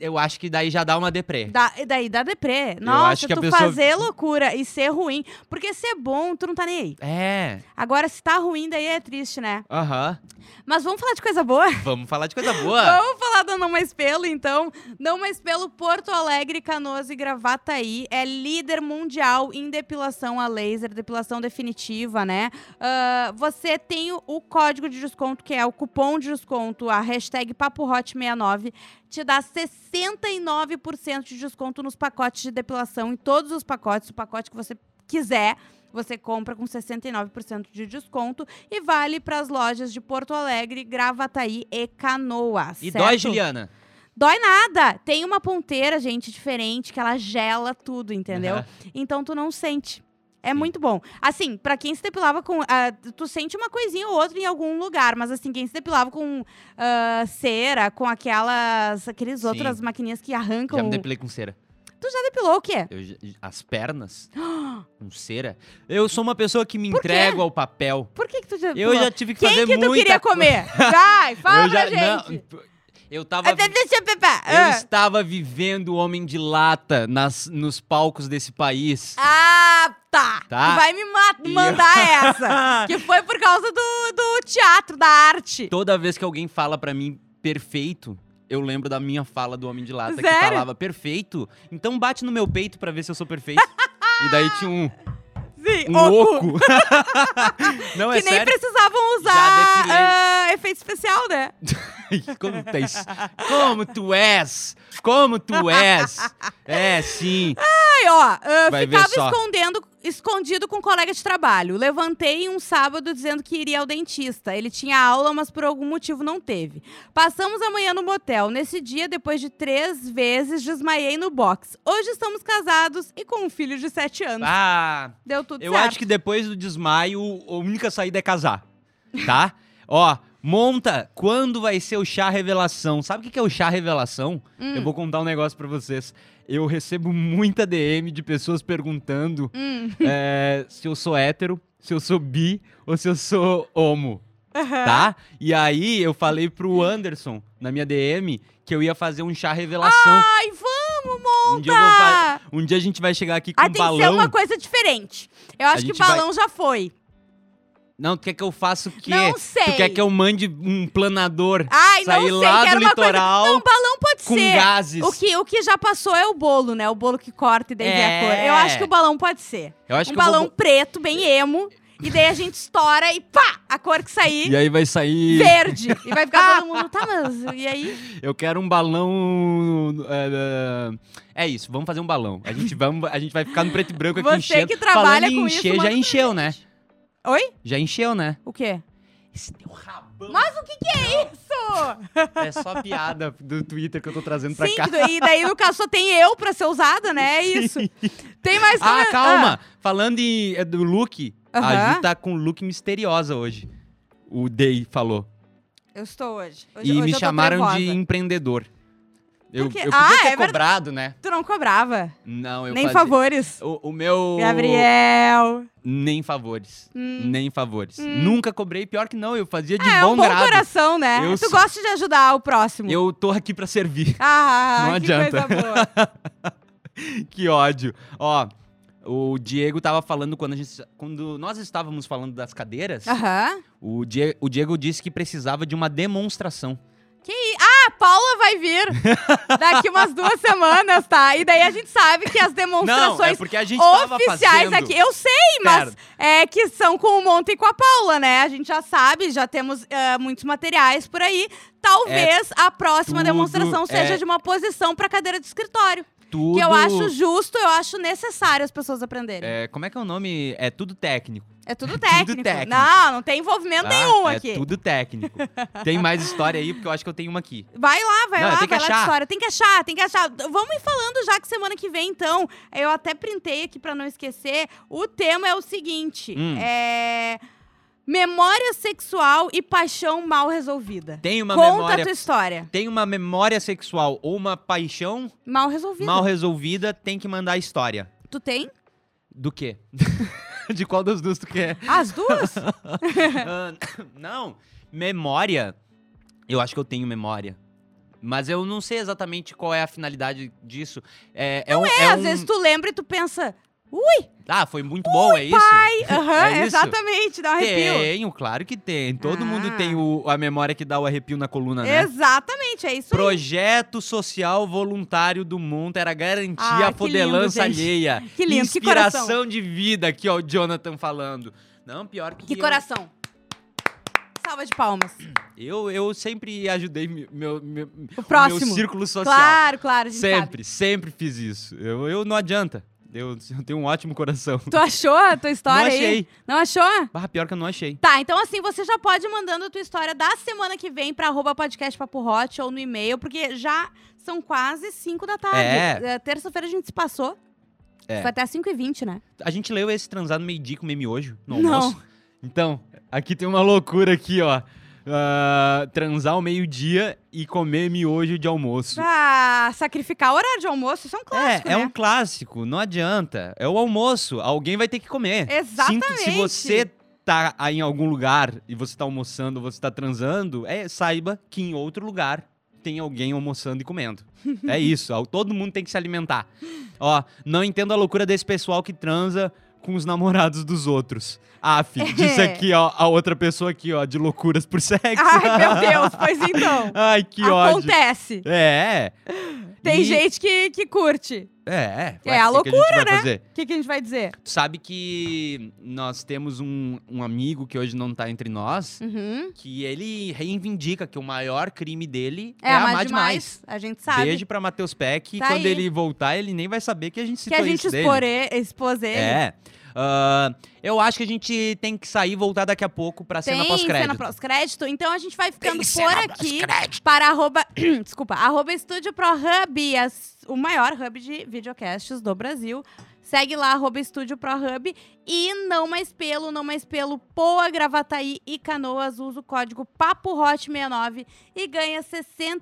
Eu acho que daí já dá uma deprê. Da, e daí dá deprê. Nossa, acho que a tu pessoa- fazer loucura e ser ruim. Porque ser bom, tu não tá nem aí. É, Agora, se tá ruim, daí é triste, né? aham. Mas vamos falar de coisa boa? Vamos falar de coisa boa. Vamos falar do Não Mais Pelo, então. Não Mais Pelo, Porto Alegre, Canoas e Gravataí é líder mundial em depilação a laser, depilação definitiva, né? Ah, você tem o, o código de desconto, que é o cupom de desconto, a hashtag PapoHot69, te dá 69% de desconto nos pacotes de depilação, em todos os pacotes, o pacote que você quiser. Você compra com 69% de desconto e vale para as lojas de Porto Alegre, Gravataí e Canoas. E certo? dói, Juliana. Dói nada! Tem uma ponteira, gente, diferente, que ela gela tudo, entendeu? Aham. Então tu não sente. É Sim. muito bom. Assim, pra quem se depilava com. ah, tu sente uma coisinha ou outra em algum lugar, mas assim, quem se depilava com ah, cera, com aquelas. aqueles Sim. outras maquininhas que Já me arrancam. depilei com cera. Tu já depilou o quê? Eu já- as pernas? com cera? Eu sou uma pessoa que me quê? entrego ao papel. Por que, que tu já depilou? Eu já tive que quem fazer que tu muita queria co- comer? Vai, fala eu já, pra gente. não, eu tava. Ah, de- Deixa eu pegar. Eu Ah. estava vivendo o homem de lata nas, nos palcos desse país. Ah, tá. Tá. Tu vai me ma- E eu- mandar essa. Que foi por causa do, do teatro, da arte. Toda vez que alguém fala pra mim perfeito, eu lembro da minha fala do homem de lata que Sério? falava perfeito. Então bate no meu peito pra ver se eu sou perfeito. e daí tinha um, Sim, um oco. oco. Não é Que nem sério. precisavam Já usar depilei. ah, efeito especial, né? Como tu, és? Como tu és? Como tu és? É, sim. Aí, ó, ah, Vai ver ficava só. escondendo, escondido com um colega de trabalho. Levantei um sábado dizendo que iria ao dentista. Ele tinha aula, mas por algum motivo não teve. Passamos a manhã no motel. Nesse dia, depois de três vezes, desmaiei no box. Hoje estamos casados e com um filho de sete anos. Ah, Deu tudo eu certo. acho que depois do desmaio, a única saída é casar, tá? Ó, monta, quando vai ser o chá revelação? Sabe o que que é o chá revelação? Hum, Eu vou contar um negócio pra vocês. Eu recebo muita DM de pessoas perguntando hum. é, se eu sou hétero, se eu sou bi ou se eu sou homo. Tá? E aí eu falei pro Anderson, na minha DM, que eu ia fazer um chá revelação. Ai, vamos, Um dia, eu vou fa- um dia a gente vai chegar aqui com Ah, um tem que ser balão. uma coisa diferente. Eu acho que gente vai- balão já foi. Não, tu quer que eu faça o quê? Não sei. Tu quer que eu mande um planador Ai, não sair sei, lá quero do uma coisa- litoral Não, balão pode com ser. gases? O que, o que já passou é o bolo, né? O bolo que corta e daí vem a É. cor. Eu acho que o balão pode ser. Eu acho um que eu vou- balão preto, bem emo. E daí a gente estoura e pá! A cor que sair, E aí vai sair. verde. E vai ficar todo mundo, tá, mas e aí? Eu quero um balão. é, É, é isso, vamos fazer um balão. A gente, vamos, a gente vai ficar no preto e branco aqui Você enchendo. que trabalha Falando em com isso, encher, manda já pra encheu, né? Oi? Já encheu, né? O quê? Esse teu rabão. Mas o que que é isso? É só piada do Twitter que eu tô trazendo pra Sim, cá. e daí no caso só tem eu pra ser usada, né? É isso. Tem mais Ah, uma- calma! Falando em, é do look, a Aham. Ju tá com look misteriosa hoje. O Day falou. Ah, eu estou hoje. Hoje- E hoje me eu tô chamaram de trevosa. empreendedor. Eu, eu Por quê? podia Ah, ter é verdade. cobrado, né? Tu não cobrava. Não, eu Nem fazia- favores. O, o meu... Gabriel. Nem favores. Hum. Nem favores. Nunca cobrei, pior que não, eu fazia de é bom, um bom grado. coração, né? Eu tu sou- gosta de ajudar o próximo. Eu tô aqui pra servir. Ah, Não que adianta. coisa boa. que ódio. Ó, o Diego tava falando quando a gente... Quando nós estávamos falando das cadeiras, Aham. o, Die- o Diego disse que precisava de uma demonstração. Que i- Ah, a Paula vai vir daqui umas duas semanas, tá? E daí a gente sabe que as Não, é demonstrações porque a gente tava oficiais fazendo... aqui, eu sei, mas Pera. é que são com o Monta e com a Paula, né? A gente já sabe, já temos ah, muitos materiais por aí. Talvez a próxima É tudo, demonstração seja é. de uma posição pra cadeira de escritório. Tudo... Que eu acho justo, eu acho necessário as pessoas aprenderem. É, como é que é o nome? É tudo técnico. É tudo técnico. técnico. Não, não tem envolvimento tá? nenhum é aqui. tudo técnico. Tem mais história aí, porque eu acho que eu tenho uma aqui. Vai lá, vai Não, eu lá, tenho que vai lá de achar. história. Tem que achar, tem que achar. Vamos ir falando já que semana que vem, então. Eu até printei aqui pra não esquecer. O tema é o seguinte: Hum. é. Memória sexual e paixão mal resolvida. Tem uma Conta a memória. tua história. Tem uma memória sexual ou uma paixão Mal resolvida. mal resolvida, tem que mandar a história. Tu tem? Do quê? De qual das duas tu quer? As duas? Ah, não, memória. Eu acho que eu tenho memória. Mas eu não sei exatamente qual é a finalidade disso. É, é um, é, é às um- vezes tu lembra e tu pensa. Ah, foi muito bom, é isso? Ai, aham, É isso? exatamente, dá um arrepio. Tenho, claro que tem. Todo mundo Ah. tem o- a memória que dá o arrepio na coluna, né? Exatamente, é isso aí. Projeto Social Voluntário do Mundo era garantir Ah, a que fodelança lindo, gente. alheia. Que lindo, que Inspiração coração. de vida, aqui, ó, o Jonathan falando. Não, pior que. Que eu- coração. Salva de palmas. Eu, eu, sempre ajudei meu, meu, meu, O próximo. meu círculo social. Claro, claro, a gente sabe. sempre, sempre fiz isso. Eu, eu não adianta. Eu, eu tenho um ótimo coração. Tu achou a tua história não aí? achei. Não achou? Ah, pior que eu não achei. Tá, então assim, você já pode ir mandando a tua história da semana que vem pra arroba podcast Papo Hot ou no e-mail, porque já são quase 5 da tarde. É. Terça-feira a gente se passou. É. Foi até 5 e 20 né? A gente leu esse transado meio-dia com meme hoje no Não. almoço. Então, aqui tem uma loucura aqui, ó. Ah, transar ao meio-dia e comer miojo de almoço. Pra sacrificar o horário de almoço, isso é um clássico, é, é né? um clássico, não adianta. É o almoço, alguém vai ter que comer. Exatamente. Sinto- se você tá aí em algum lugar e você tá almoçando, você tá transando, é, saiba que em outro lugar tem alguém almoçando e comendo. É isso, ao- todo mundo tem que se alimentar. Ó, não entendo a loucura desse pessoal que transa com os namorados dos outros. Aff, É. disse aqui, ó, a outra pessoa aqui, ó, de loucuras por sexo. Ai, meu Deus, pois então. Ai, que ódio. Acontece. É. Tem E- gente que, que curte. É, É a loucura, né? O que, que a gente vai dizer? Tu sabe que nós temos um, um amigo que hoje não tá entre nós, Uhum. que ele reivindica que o maior crime dele É, é, amar mais demais. demais. A gente sabe. Beijo pra Matheus Peck. e Tá quando aí. ele voltar, ele nem vai saber que a gente que citou a gente isso dele. expor ele, expôs ele. É. Ah, eu acho que a gente tem que sair e voltar daqui a pouco pra Tem cena pós-crédito. cena pós-crédito. Então a gente vai ficando Tem por cena aqui pós-crédito. para arroba, desculpa, arroba Estúdio Pro Hub, as- o maior hub de videocasts do Brasil. Segue lá, arroba Estúdio Pro Hub. E não mais pelo, não mais pelo, Poa, Gravataí e Canoas. Usa o código PAPOHOT69 e ganha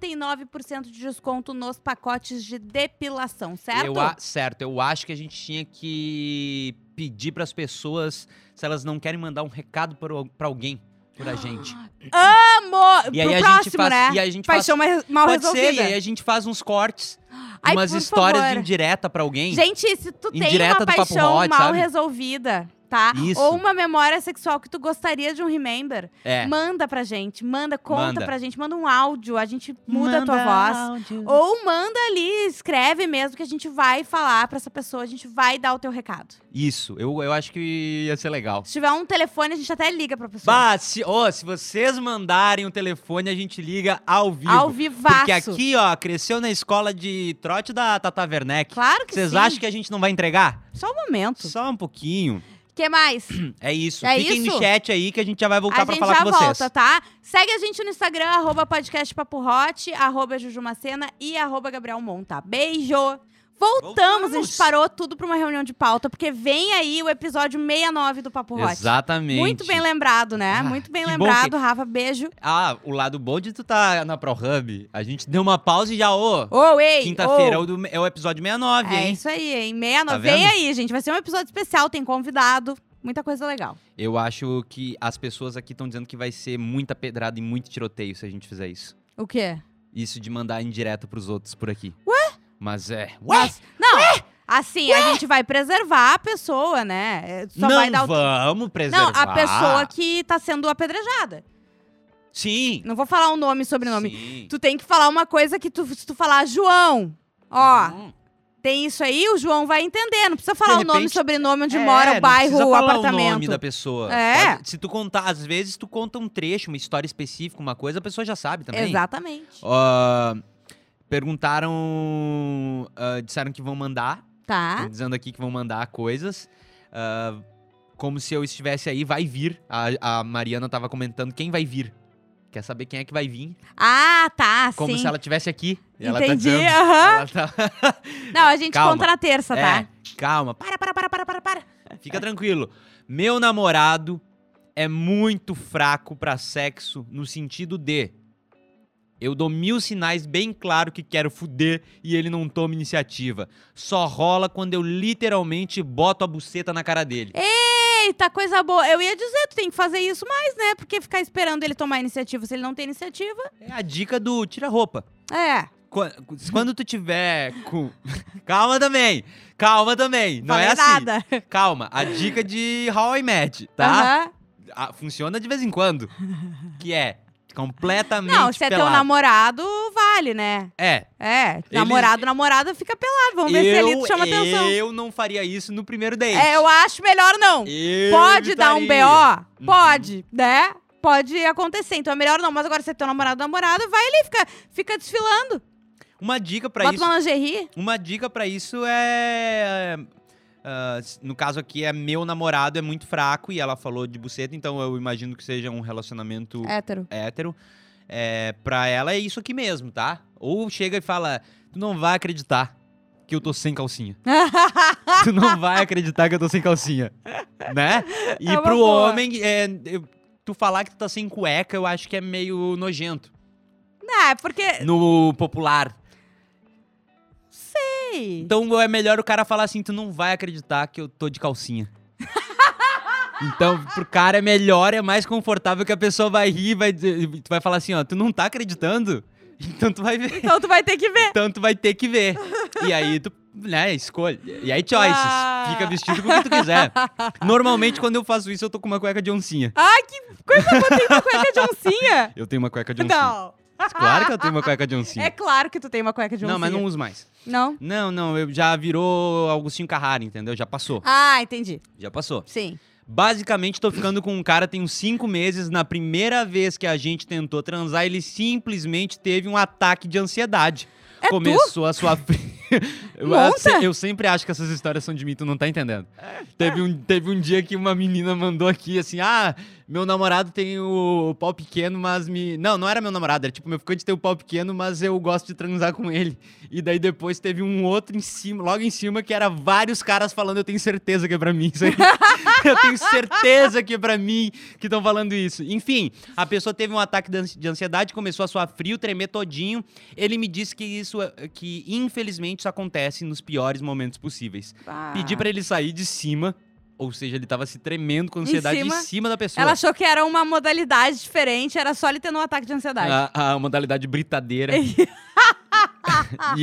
69% de desconto nos pacotes de depilação, certo? Eu, a- certo, eu acho que a gente tinha que pedir pras pessoas se elas não querem mandar um recado pro- pra alguém, pra gente. Amor! E Ah, pro aí a próximo, gente faz, né? e aí a gente faz Paixão mais- mal Pode resolvida. ser, e aí a gente faz uns cortes Ai, umas por histórias favor. de indireta pra alguém. Gente, se tu tem Indireta do uma Papo paixão Hot, mal sabe? resolvida, tá? Isso. Ou uma memória sexual que tu gostaria de um remember, é. manda pra gente, manda, conta Manda. pra gente, manda um áudio, a gente muda a tua voz. voz. Ou manda ali, escreve mesmo, que a gente vai falar pra essa pessoa, a gente vai dar o teu recado. Isso, eu, eu acho que ia ser legal. Se tiver um telefone, a gente até liga pra pessoa. Bah, se, ó, se vocês mandarem o telefone, a gente liga ao vivo. Ao vivaço. Porque aqui, ó, cresceu na escola de trote da Tata Werneck. Claro que Vocês sim. acham que é a gente não vai entregar? Só um momento. Só um pouquinho. O que mais? É isso. É Fiquem isso? no chat aí que a gente já vai voltar a pra gente falar já com vocês. volta, tá? Segue a gente no Instagram, arroba podcast Papo Hot, arroba Jujumacena e arroba Gabriel Monta. Beijo! Voltamos, a gente Voltamos. parou tudo pra uma reunião de pauta, porque vem aí o episódio 69 do Papo Hot. Exatamente. Muito bem lembrado, né? Ah, Muito bem que bom lembrado, Rafa. Beijo. Ah, o lado bom de tu tá na ProHub, a gente deu uma pausa e já, ô, Ô, ei! quinta-feira é ô. o do- é o episódio 69, É hein? isso aí, hein? 69. Tá vendo? vem aí, gente. Vai ser um episódio especial, tem convidado. Muita coisa legal. Eu acho que as pessoas aqui estão dizendo que vai ser muita pedrada e muito tiroteio se a gente fizer isso. O quê? Isso de mandar indireto pros outros por aqui. Ué? Mas é. Ué? Mas- Não! Assim, a gente vai preservar a pessoa, né? É, Só não vai dar o vamos preservar. Não, a pessoa que tá sendo apedrejada. Sim. Não vou falar o nome e sobrenome. Sim. Tu tem que falar uma coisa que tu, se tu falar, João, ó, Hum. tem isso aí, o João vai entender. Não precisa falar o nome e repente- sobrenome onde É, mora, o bairro, não precisa o falar apartamento. o nome da pessoa. É. Pode- se tu contar, às vezes tu conta um trecho, uma história específica, uma coisa, a pessoa já sabe também. Exatamente. Ah, perguntaram. ah, disseram que vão mandar. Tá? Estão dizendo aqui que vão mandar coisas. Ah, como se eu estivesse aí, vai vir. A, a Mariana tava comentando quem vai vir. Quer saber quem é que vai vir? Ah, tá, Como sim. se ela estivesse aqui. E Ela tá Entendi, dizendo. aham. Ela tá- Não, a gente Calma. contra a terça, tá? É, calma. Para, para, para, para, para, para. Fica tranquilo. Meu namorado é muito fraco pra sexo no sentido de eu dou mil sinais bem claro que quero fuder e ele não toma iniciativa. Só rola quando eu literalmente boto a buceta na cara dele. Eita, coisa boa. Eu ia dizer, tu tem que fazer isso mais, né? Porque ficar esperando ele tomar iniciativa, se ele não tem iniciativa. É a dica do tira roupa. É. Qua- Quando tu tiver com... Calma também. Calma também. Não falei é assim. nada. Calma. A dica de How I Met, tá? Aham. Ah, funciona de vez em quando. Que é completamente Não, se é teu pelado. namorado, vale, né? É, É, Ele- namorado, namorada fica pelado. Vamos ver se ele eu, te chama atenção. eu não faria isso no primeiro date. É, eu acho melhor não. Eu Pode dar um evitaria. BO? Uhum. Pode, né? Pode acontecer. Então é melhor não. Mas agora se é teu namorado, namorada, vai ali, fica, fica desfilando. Uma dica pra Bota isso. uma lingerie. Uma dica pra isso é. ah, s- no caso aqui é meu namorado é muito fraco e ela falou de buceta, então eu imagino que seja um relacionamento Hétero. hétero. É, pra ela é isso aqui mesmo, tá? Ou chega e fala: Tu não vai acreditar que eu tô sem calcinha. Tu não vai acreditar que eu tô sem calcinha. Né? E É uma pro boa. homem, é, eu- tu falar que tu tá sem cueca, eu acho que é meio nojento. não, é porque. No popular. Ei, Então é melhor o cara falar assim: tu não vai acreditar que eu tô de calcinha. Então, pro cara é melhor, é mais confortável que a pessoa vai rir, vai dizer- tu vai falar assim, ó, tu não tá acreditando? Então tu vai ver. Então tu vai ter que ver. Então tu vai ter que ver. E aí tu, né, escolhe. E aí choices. Ah. Fica vestido com o que tu quiser. Normalmente quando eu faço isso eu tô com uma cueca de oncinha. Ai, que coisa boa, tem uma cueca de oncinha. Eu tenho uma cueca de oncinha. Não. Claro que eu tenho uma cueca de oncinha. É claro que tu tem uma cueca de oncinha. Não, mas não uso mais. Não? Não, não, eu já virou Augustinho Carrara, entendeu? Já passou, Ah, entendi. já passou. Sim. Basicamente, tô ficando com um cara tem uns cinco meses. Na primeira vez que a gente tentou transar, ele simplesmente teve um ataque de ansiedade. É Começou a sofrer. Eu, Monta? se- eu sempre acho que essas histórias são de mim, tu não tá entendendo. Teve um, teve um dia que uma menina mandou aqui assim: Ah, meu namorado tem o pau pequeno, mas me. Não, não era meu namorado, era tipo, meu ficante tem o pau pequeno, mas eu gosto de transar com ele. E daí depois teve um outro em cima, logo em cima, que era vários caras falando: Eu tenho certeza que é pra mim isso aí. Eu tenho certeza que é pra mim que estão falando isso. Enfim, a pessoa teve um ataque de ansi- de ansiedade, começou a suar frio, tremer todinho. Ele me disse que isso, é- que infelizmente isso acontece nos piores momentos possíveis. Ah. Pedi pra ele sair de cima, ou seja, ele tava se tremendo com Em ansiedade em cima, cima? da pessoa. Ela achou que era uma Ah, modalidade diferente, era só ele tendo um ataque de ansiedade. a, a modalidade britadeira. e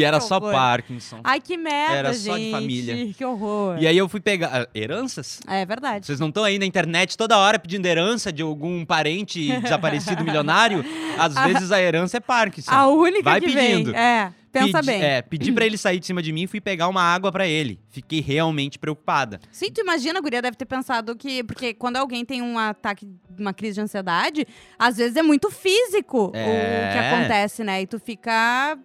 era Ah, Que só horror. Ah, Parkinson. Ai, que merda, Era gente. só de família. Que horror. E aí eu fui pegar. ah, Heranças? É verdade. Vocês não estão aí na internet toda hora pedindo herança de algum parente desaparecido milionário? Às Ah, vezes a herança é Parkinson. A única Vai que pedindo. vem. É, ah, pensa Pedi- bem. É, pedi pra ele sair de cima de mim e fui pegar uma água pra ele. Fiquei realmente preocupada. Sim, tu imagina, a guria deve ter pensado que... Porque quando alguém tem um ataque, uma crise de ansiedade, às vezes é muito físico o que É. acontece, né? E tu fica...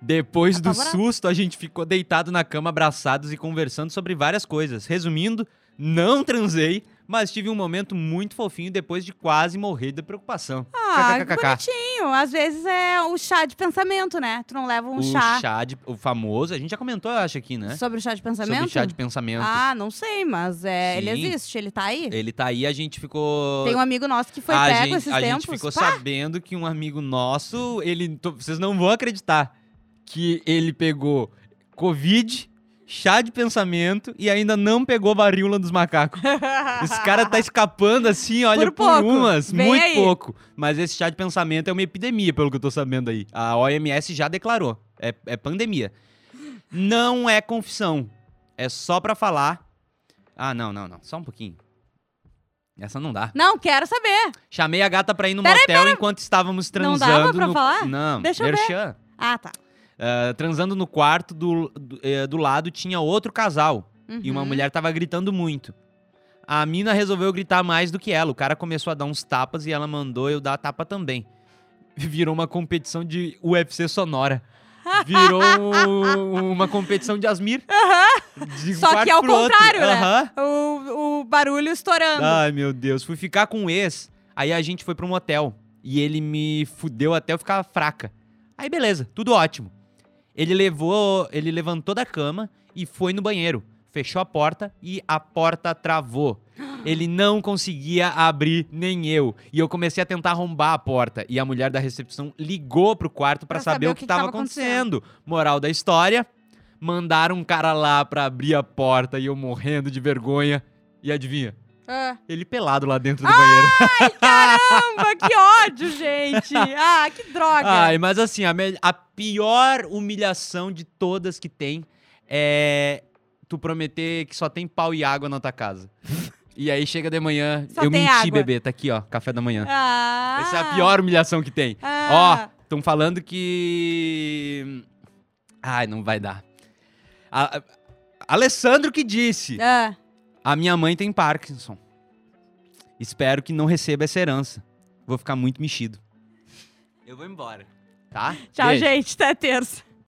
Depois do Apavorado. susto, a gente ficou deitado na cama, abraçados e conversando sobre várias coisas. Resumindo, não transei, mas tive um momento muito fofinho depois de quase morrer de preocupação. Ah, que KKKK. bonitinho. Às vezes é o chá de pensamento, né? Tu não leva um o chá, de, o famoso, a gente já comentou, eu acho, aqui, né? sobre o chá de pensamento? Sobre chá de pensamento. Ah, não sei, mas é, ele Sim. existe, ele tá aí. Ele tá aí, a gente ficou. Tem um amigo nosso que foi a pego gente, esses a tempos. gente ficou Pá! sabendo que um amigo nosso, ele. to- vocês não vão acreditar que ele pegou Covid, chá de pensamento e ainda não pegou varíola dos macacos. Esse cara tá escapando assim, olha, Por por, pouco. umas, Vem muito aí. pouco. Mas esse chá de pensamento é uma epidemia, pelo que eu tô sabendo aí. A OMS já declarou. É, é pandemia. Não é confissão. É só pra falar. Ah, não, não, não. Só um pouquinho. Essa não dá. Não, quero saber. Chamei a gata pra ir no Peraí, motel enquanto estávamos Não transando. dava pra no... falar? Não, Deixa eu ver. merchan. Ah, tá. Ah, transando no quarto, do, do, eh, do lado tinha outro casal. E uma Uhum. mulher tava gritando muito. A mina resolveu gritar mais do que ela. O cara começou a dar uns tapas e ela mandou eu dar tapa também. Virou uma competição de UFC sonora. Virou uma competição de Asmir. De um Só que quarto ao pro outro. contrário, né? Aham. O, o barulho estourando. Ai, meu Deus. Fui ficar com o ex. Aí a gente foi pra um hotel. E ele me fudeu até eu ficar fraca. Aí beleza, tudo ótimo. Ele levou, ele levantou da cama e foi no banheiro. Fechou a porta e a porta travou. Ele não conseguia abrir nem eu. E eu comecei a tentar arrombar a porta. E a mulher da recepção ligou pro quarto pra Pra saber, o que, estava tava acontecendo. acontecendo. Moral da história: mandaram um cara lá pra abrir a porta e eu morrendo de vergonha. E adivinha? Ah. Ele pelado lá dentro do banheiro. Caramba, que ódio, gente. Ah, que droga. Ai, mas assim, a, me- a pior humilhação de todas que tem é tu prometer que só tem pau e água na tua casa. e aí chega de manhã, Só eu tem menti, água. bebê, tá aqui, ó, café da manhã. Ah. Essa é a pior humilhação que tem. Ah. Ó, estão falando que. Ai, não vai dar. A- a- Alessandro que disse: Ah. A minha mãe tem Parkinson. Espero que não receba essa herança. Vou ficar muito mexido. Eu vou embora. Tá? Tchau, Beijo. gente. Até terça.